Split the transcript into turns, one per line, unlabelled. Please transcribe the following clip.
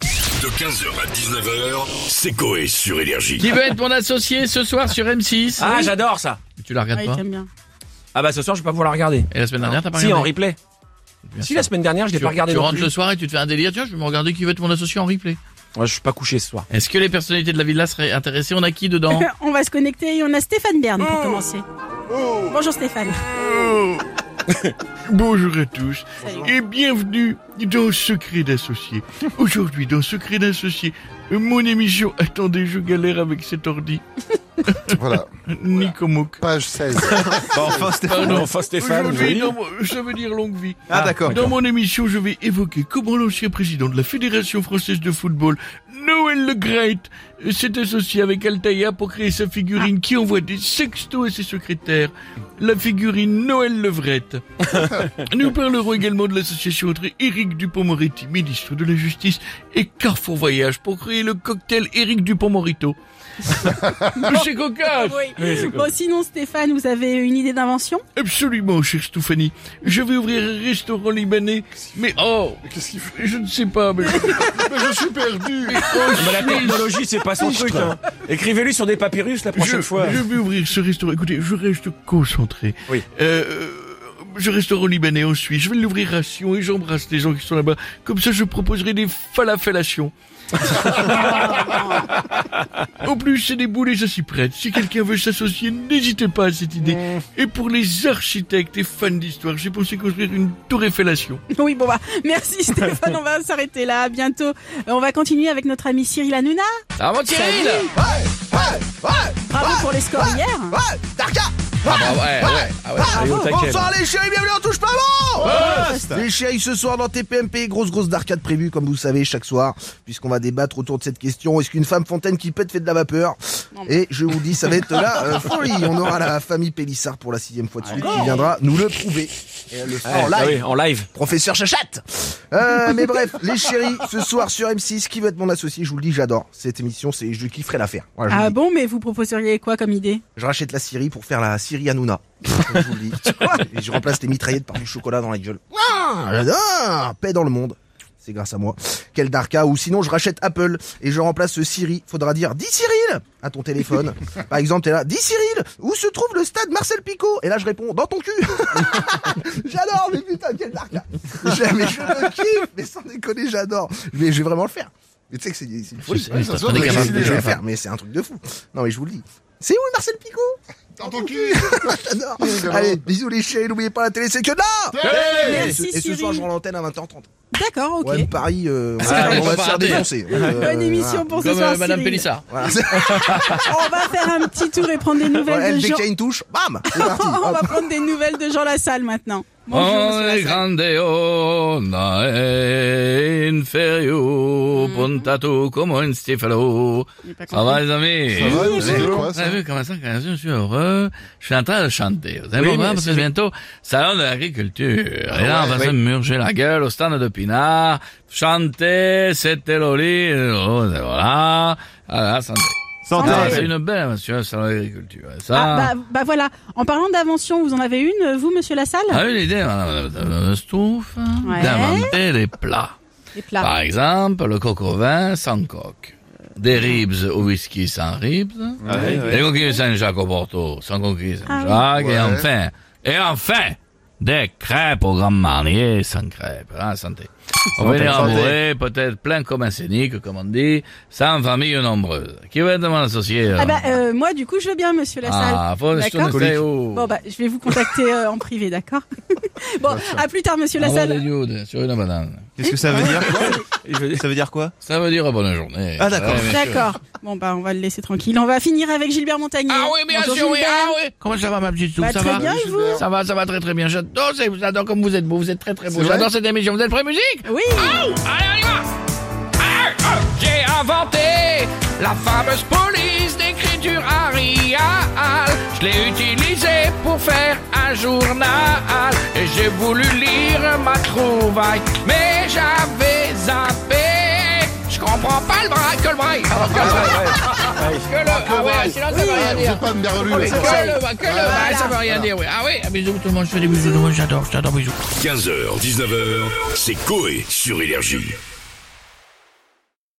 De 15h à 19h, c'est Coé sur Énergie.
Qui veut être mon associé ce soir sur M6
Ah, j'adore ça.
Tu la regardes
Ouais,
pas
t'aimes Ah, bien.
Ah bah ce soir, je vais pas pouvoir la regarder.
Et la semaine dernière, Eh ben, t'as pas
Si,
regardé
en replay.
Bien
Si,
sûr.
la semaine dernière, je l'ai
Tu,
pas regardé
tu
non
rentres
plus.
le soir et tu te fais un délire, tiens, je vais me regarder qui veut être mon associé en replay.
Ouais, je suis pas couché ce soir.
Est-ce que les personnalités de la villa seraient intéressées On a qui dedans
On va se connecter et on a Stéphane Bern
Oh.
pour commencer. Bonjour Stéphane.
Bonjour à tous
Salut.
et bienvenue dans Secret d'associé. Aujourd'hui dans Secret d'associé, mon émission. Attendez, je galère avec cet ordi.
Voilà,
Nico Mouk.
page 16.
enfin, Stéphane.
enfin Stéphane,
Aujourd'hui, dans mon- ça veut dire longue vie.
Ah, d'accord.
Dans mon émission, je vais évoquer comment l'ancien président de la Fédération française de football, Noël Le Great, euh, s'est associé avec Altaïa pour créer sa figurine qui envoie des sextos à ses secrétaires, la figurine Noël Levrette. Nous parlerons également de l'association entre Éric Dupont-Moretti, ministre de la Justice, et Carrefour Voyage pour créer le cocktail Éric Dupont-Morito. C'est cocasse
Bon Oh, sinon Stéphane, vous avez une idée d'invention
Absolument, cher Stéphanie. Je vais ouvrir un restaurant libanais, mais oh,
Qu'est-ce qu'il fait
je ne sais pas, mais...
Mais je suis perdu
mais oh,
Mais la technologie, c'est pas son truc. hein. Écrivez-lui sur des papyrus la prochaine
je,
fois.
je vais ouvrir ce restaurant. Écoutez, je reste concentré.
Oui.
Euh, euh, ce restaurant libanais en Suisse, je vais l'ouvrir à Sion et j'embrasse les gens qui sont là-bas. Comme ça, je proposerai des falafelations. Au plus, c'est des boules et ça s'y prête. Si quelqu'un veut s'associer, n'hésitez pas à cette idée. Et pour les architectes et fans d'histoire, j'ai pensé construire une tour Eiffellation.
Oui bon bah merci Stéphane, on va s'arrêter là, à bientôt. Euh, On va continuer avec notre ami Cyril Hanouna.
Ah, mon Cyril
Bravo pour les scores hier.
Ah, bah ouais, ouais. Ah ouais.
Allez, au taquet, là.
Bonsoir les chéris, bienvenue en touche pas bon Les chéris ce soir dans TPMP, grosse grosse d'arcade prévue comme vous savez chaque soir, puisqu'on va débattre autour de cette question, est-ce qu'une femme fontaine qui pète fait de la vapeur Et je vous dis, ça va être la euh, folie, on aura la famille Pélissard pour la sixième fois de suite qui viendra nous le prouver. Et elle le fera en
Ouais, bah
live.
oui, en live.
Professeur Chachatte Euh, Mais bref, les chéris, ce soir sur M6, qui veut être mon associé Je vous le dis, j'adore cette émission, c'est je kifferai la faire. Voilà, je, vous
Ah
le dis.
bon mais vous proposeriez quoi comme idée
Je rachète la Syrie pour faire la Syrie Hanouna. je vous le dis. Et je remplace les mitraillettes par du chocolat dans la gueule. Ah, j'adore Paix dans le monde. C'est grâce à moi. Quel darka. Ou sinon, je rachète Apple et je remplace Siri. Faudra dire « Dis Cyril !» à ton téléphone. Par exemple, t'es là « Dis Cyril Où se trouve le stade Marcel Picot ?» Et là, je réponds « Dans ton cul !» J'adore, mais putain, quel darka J'aime, mais je le kiffe Mais sans déconner, j'adore Mais je vais vraiment le faire. Mais tu sais que c'est c'est une folie.
sais,
Ouais,
mais
ça
t'as
se
pas
voit,
des
mais
capables
je
de
vais
le
le
faire.
faire, mais c'est un truc de fou. Non, mais je vous le dis. C'est où Marcel Picot
Dans ton cul
J'adore. Allez, bisous les chiens, n'oubliez pas la télé, c'est que là et ce,
Merci
et ce soir, je
Cyril.
rends l'antenne à 20h30.
D'accord, OK.
Ouais, mais Paris, euh, on,
Ah,
va,
ils
on
sont
va se
pas
faire
ratés.
défoncer. Euh,
Bonne émission pour ce
Comme
soir
euh, Madame
Cyril.
Pélissard.
Voilà.
On va faire un petit tour et prendre des
Voilà,
nouvelles
elle,
de
dès
Jean.
qu'il y a une touche, bam C'est parti.
On
Hop.
va prendre des nouvelles de Jean Lassalle maintenant. Bonjour Monsieur
Oh,
Lassalle.
grandeona e inferio, puntato como un stifalo.
J'ai pas
Ça va les amis
Ça va, mais c'est quoi
Vous
ça
avez vu comment ça, quand je suis heureux, je suis en train de chanter. Vous allez
Oui,
voir,
mais
parce que
c'est-
bientôt, salon de l'agriculture. Et là, on va
ouais.
se murger la gueule au stand de Pinard. Chanter, c'était loli. Oh, voilà. Voilà, santé. Ah, c'est une belle, monsieur, le salon de l'agriculture. Ça.
Ah, bah, bah voilà. En parlant d'invention, vous en avez une, vous, monsieur Lassalle
Ah oui, l'idée, madame, madame Stouff, hein,
Ouais. Ah
d'inventer les plats.
Les plats.
Par exemple, le coq au vin sans coque. Des
Ah.
ribs au whisky sans ribs. Des coquilles Saint-Jacques au Porto sans coquilles
Ah,
Saint-Jacques. Et
Ouais.
enfin, et enfin, des crêpes au Grand Marnier sans crêpes. Ah, santé. On va venir
santé.
bourrer, peut-être plein comme un scénique, comme on dit, sans famille nombreuse. Qui va être mon associé?
Ah bah euh, moi, du coup, je veux bien, monsieur Lassalle.
Ah, faut se
D'accord.
tourner au-
Bon bah, je vais vous contacter euh, en privé, d'accord Bon, à plus tard, monsieur
Envoie des
Lassalle.
nudes sur une banane.
Qu'est-ce que ça veut dire
Et je-
Ça veut dire quoi
Ça veut dire bonne journée.
Ah, d'accord.
Ouais, bien sûr.
D'accord. Bon bah, on va le laisser tranquille. On va finir avec Gilbert Montagnier.
Ah oui, bien
Bonjour,
sûr, oui,
Gilbert.
ah oui. Comment ça va, ma petite Sou,
Bah,
ça
très
va
bien, et vous
Ça va, ça va très très bien. J'adore, c'est- j'adore comme vous êtes beau, vous êtes très très beau.
C'est vrai
J'adore cette émission. Vous êtes prêts, musique
Oui.
Allez, on y va Ah, ah, J'ai inventé la fameuse police d'écriture Arial. Je l'ai utilisée pour faire un journal. Et j'ai voulu lire ma trouvaille, mais j'avais zappé. Je comprends pas le braille, que le braille. Ah, que le braille. Que le- ah ouais, sinon ça veut rien
Vous
dire.
êtes pas me berlu,
Que
là.
le, que le, ah, ça veut rien dire, oui. Ah oui, bisous tout le monde, je fais des bisous tout le monde, j'adore, j'adore, bisous.
15h, 19h, c'est Coé sur Énergie.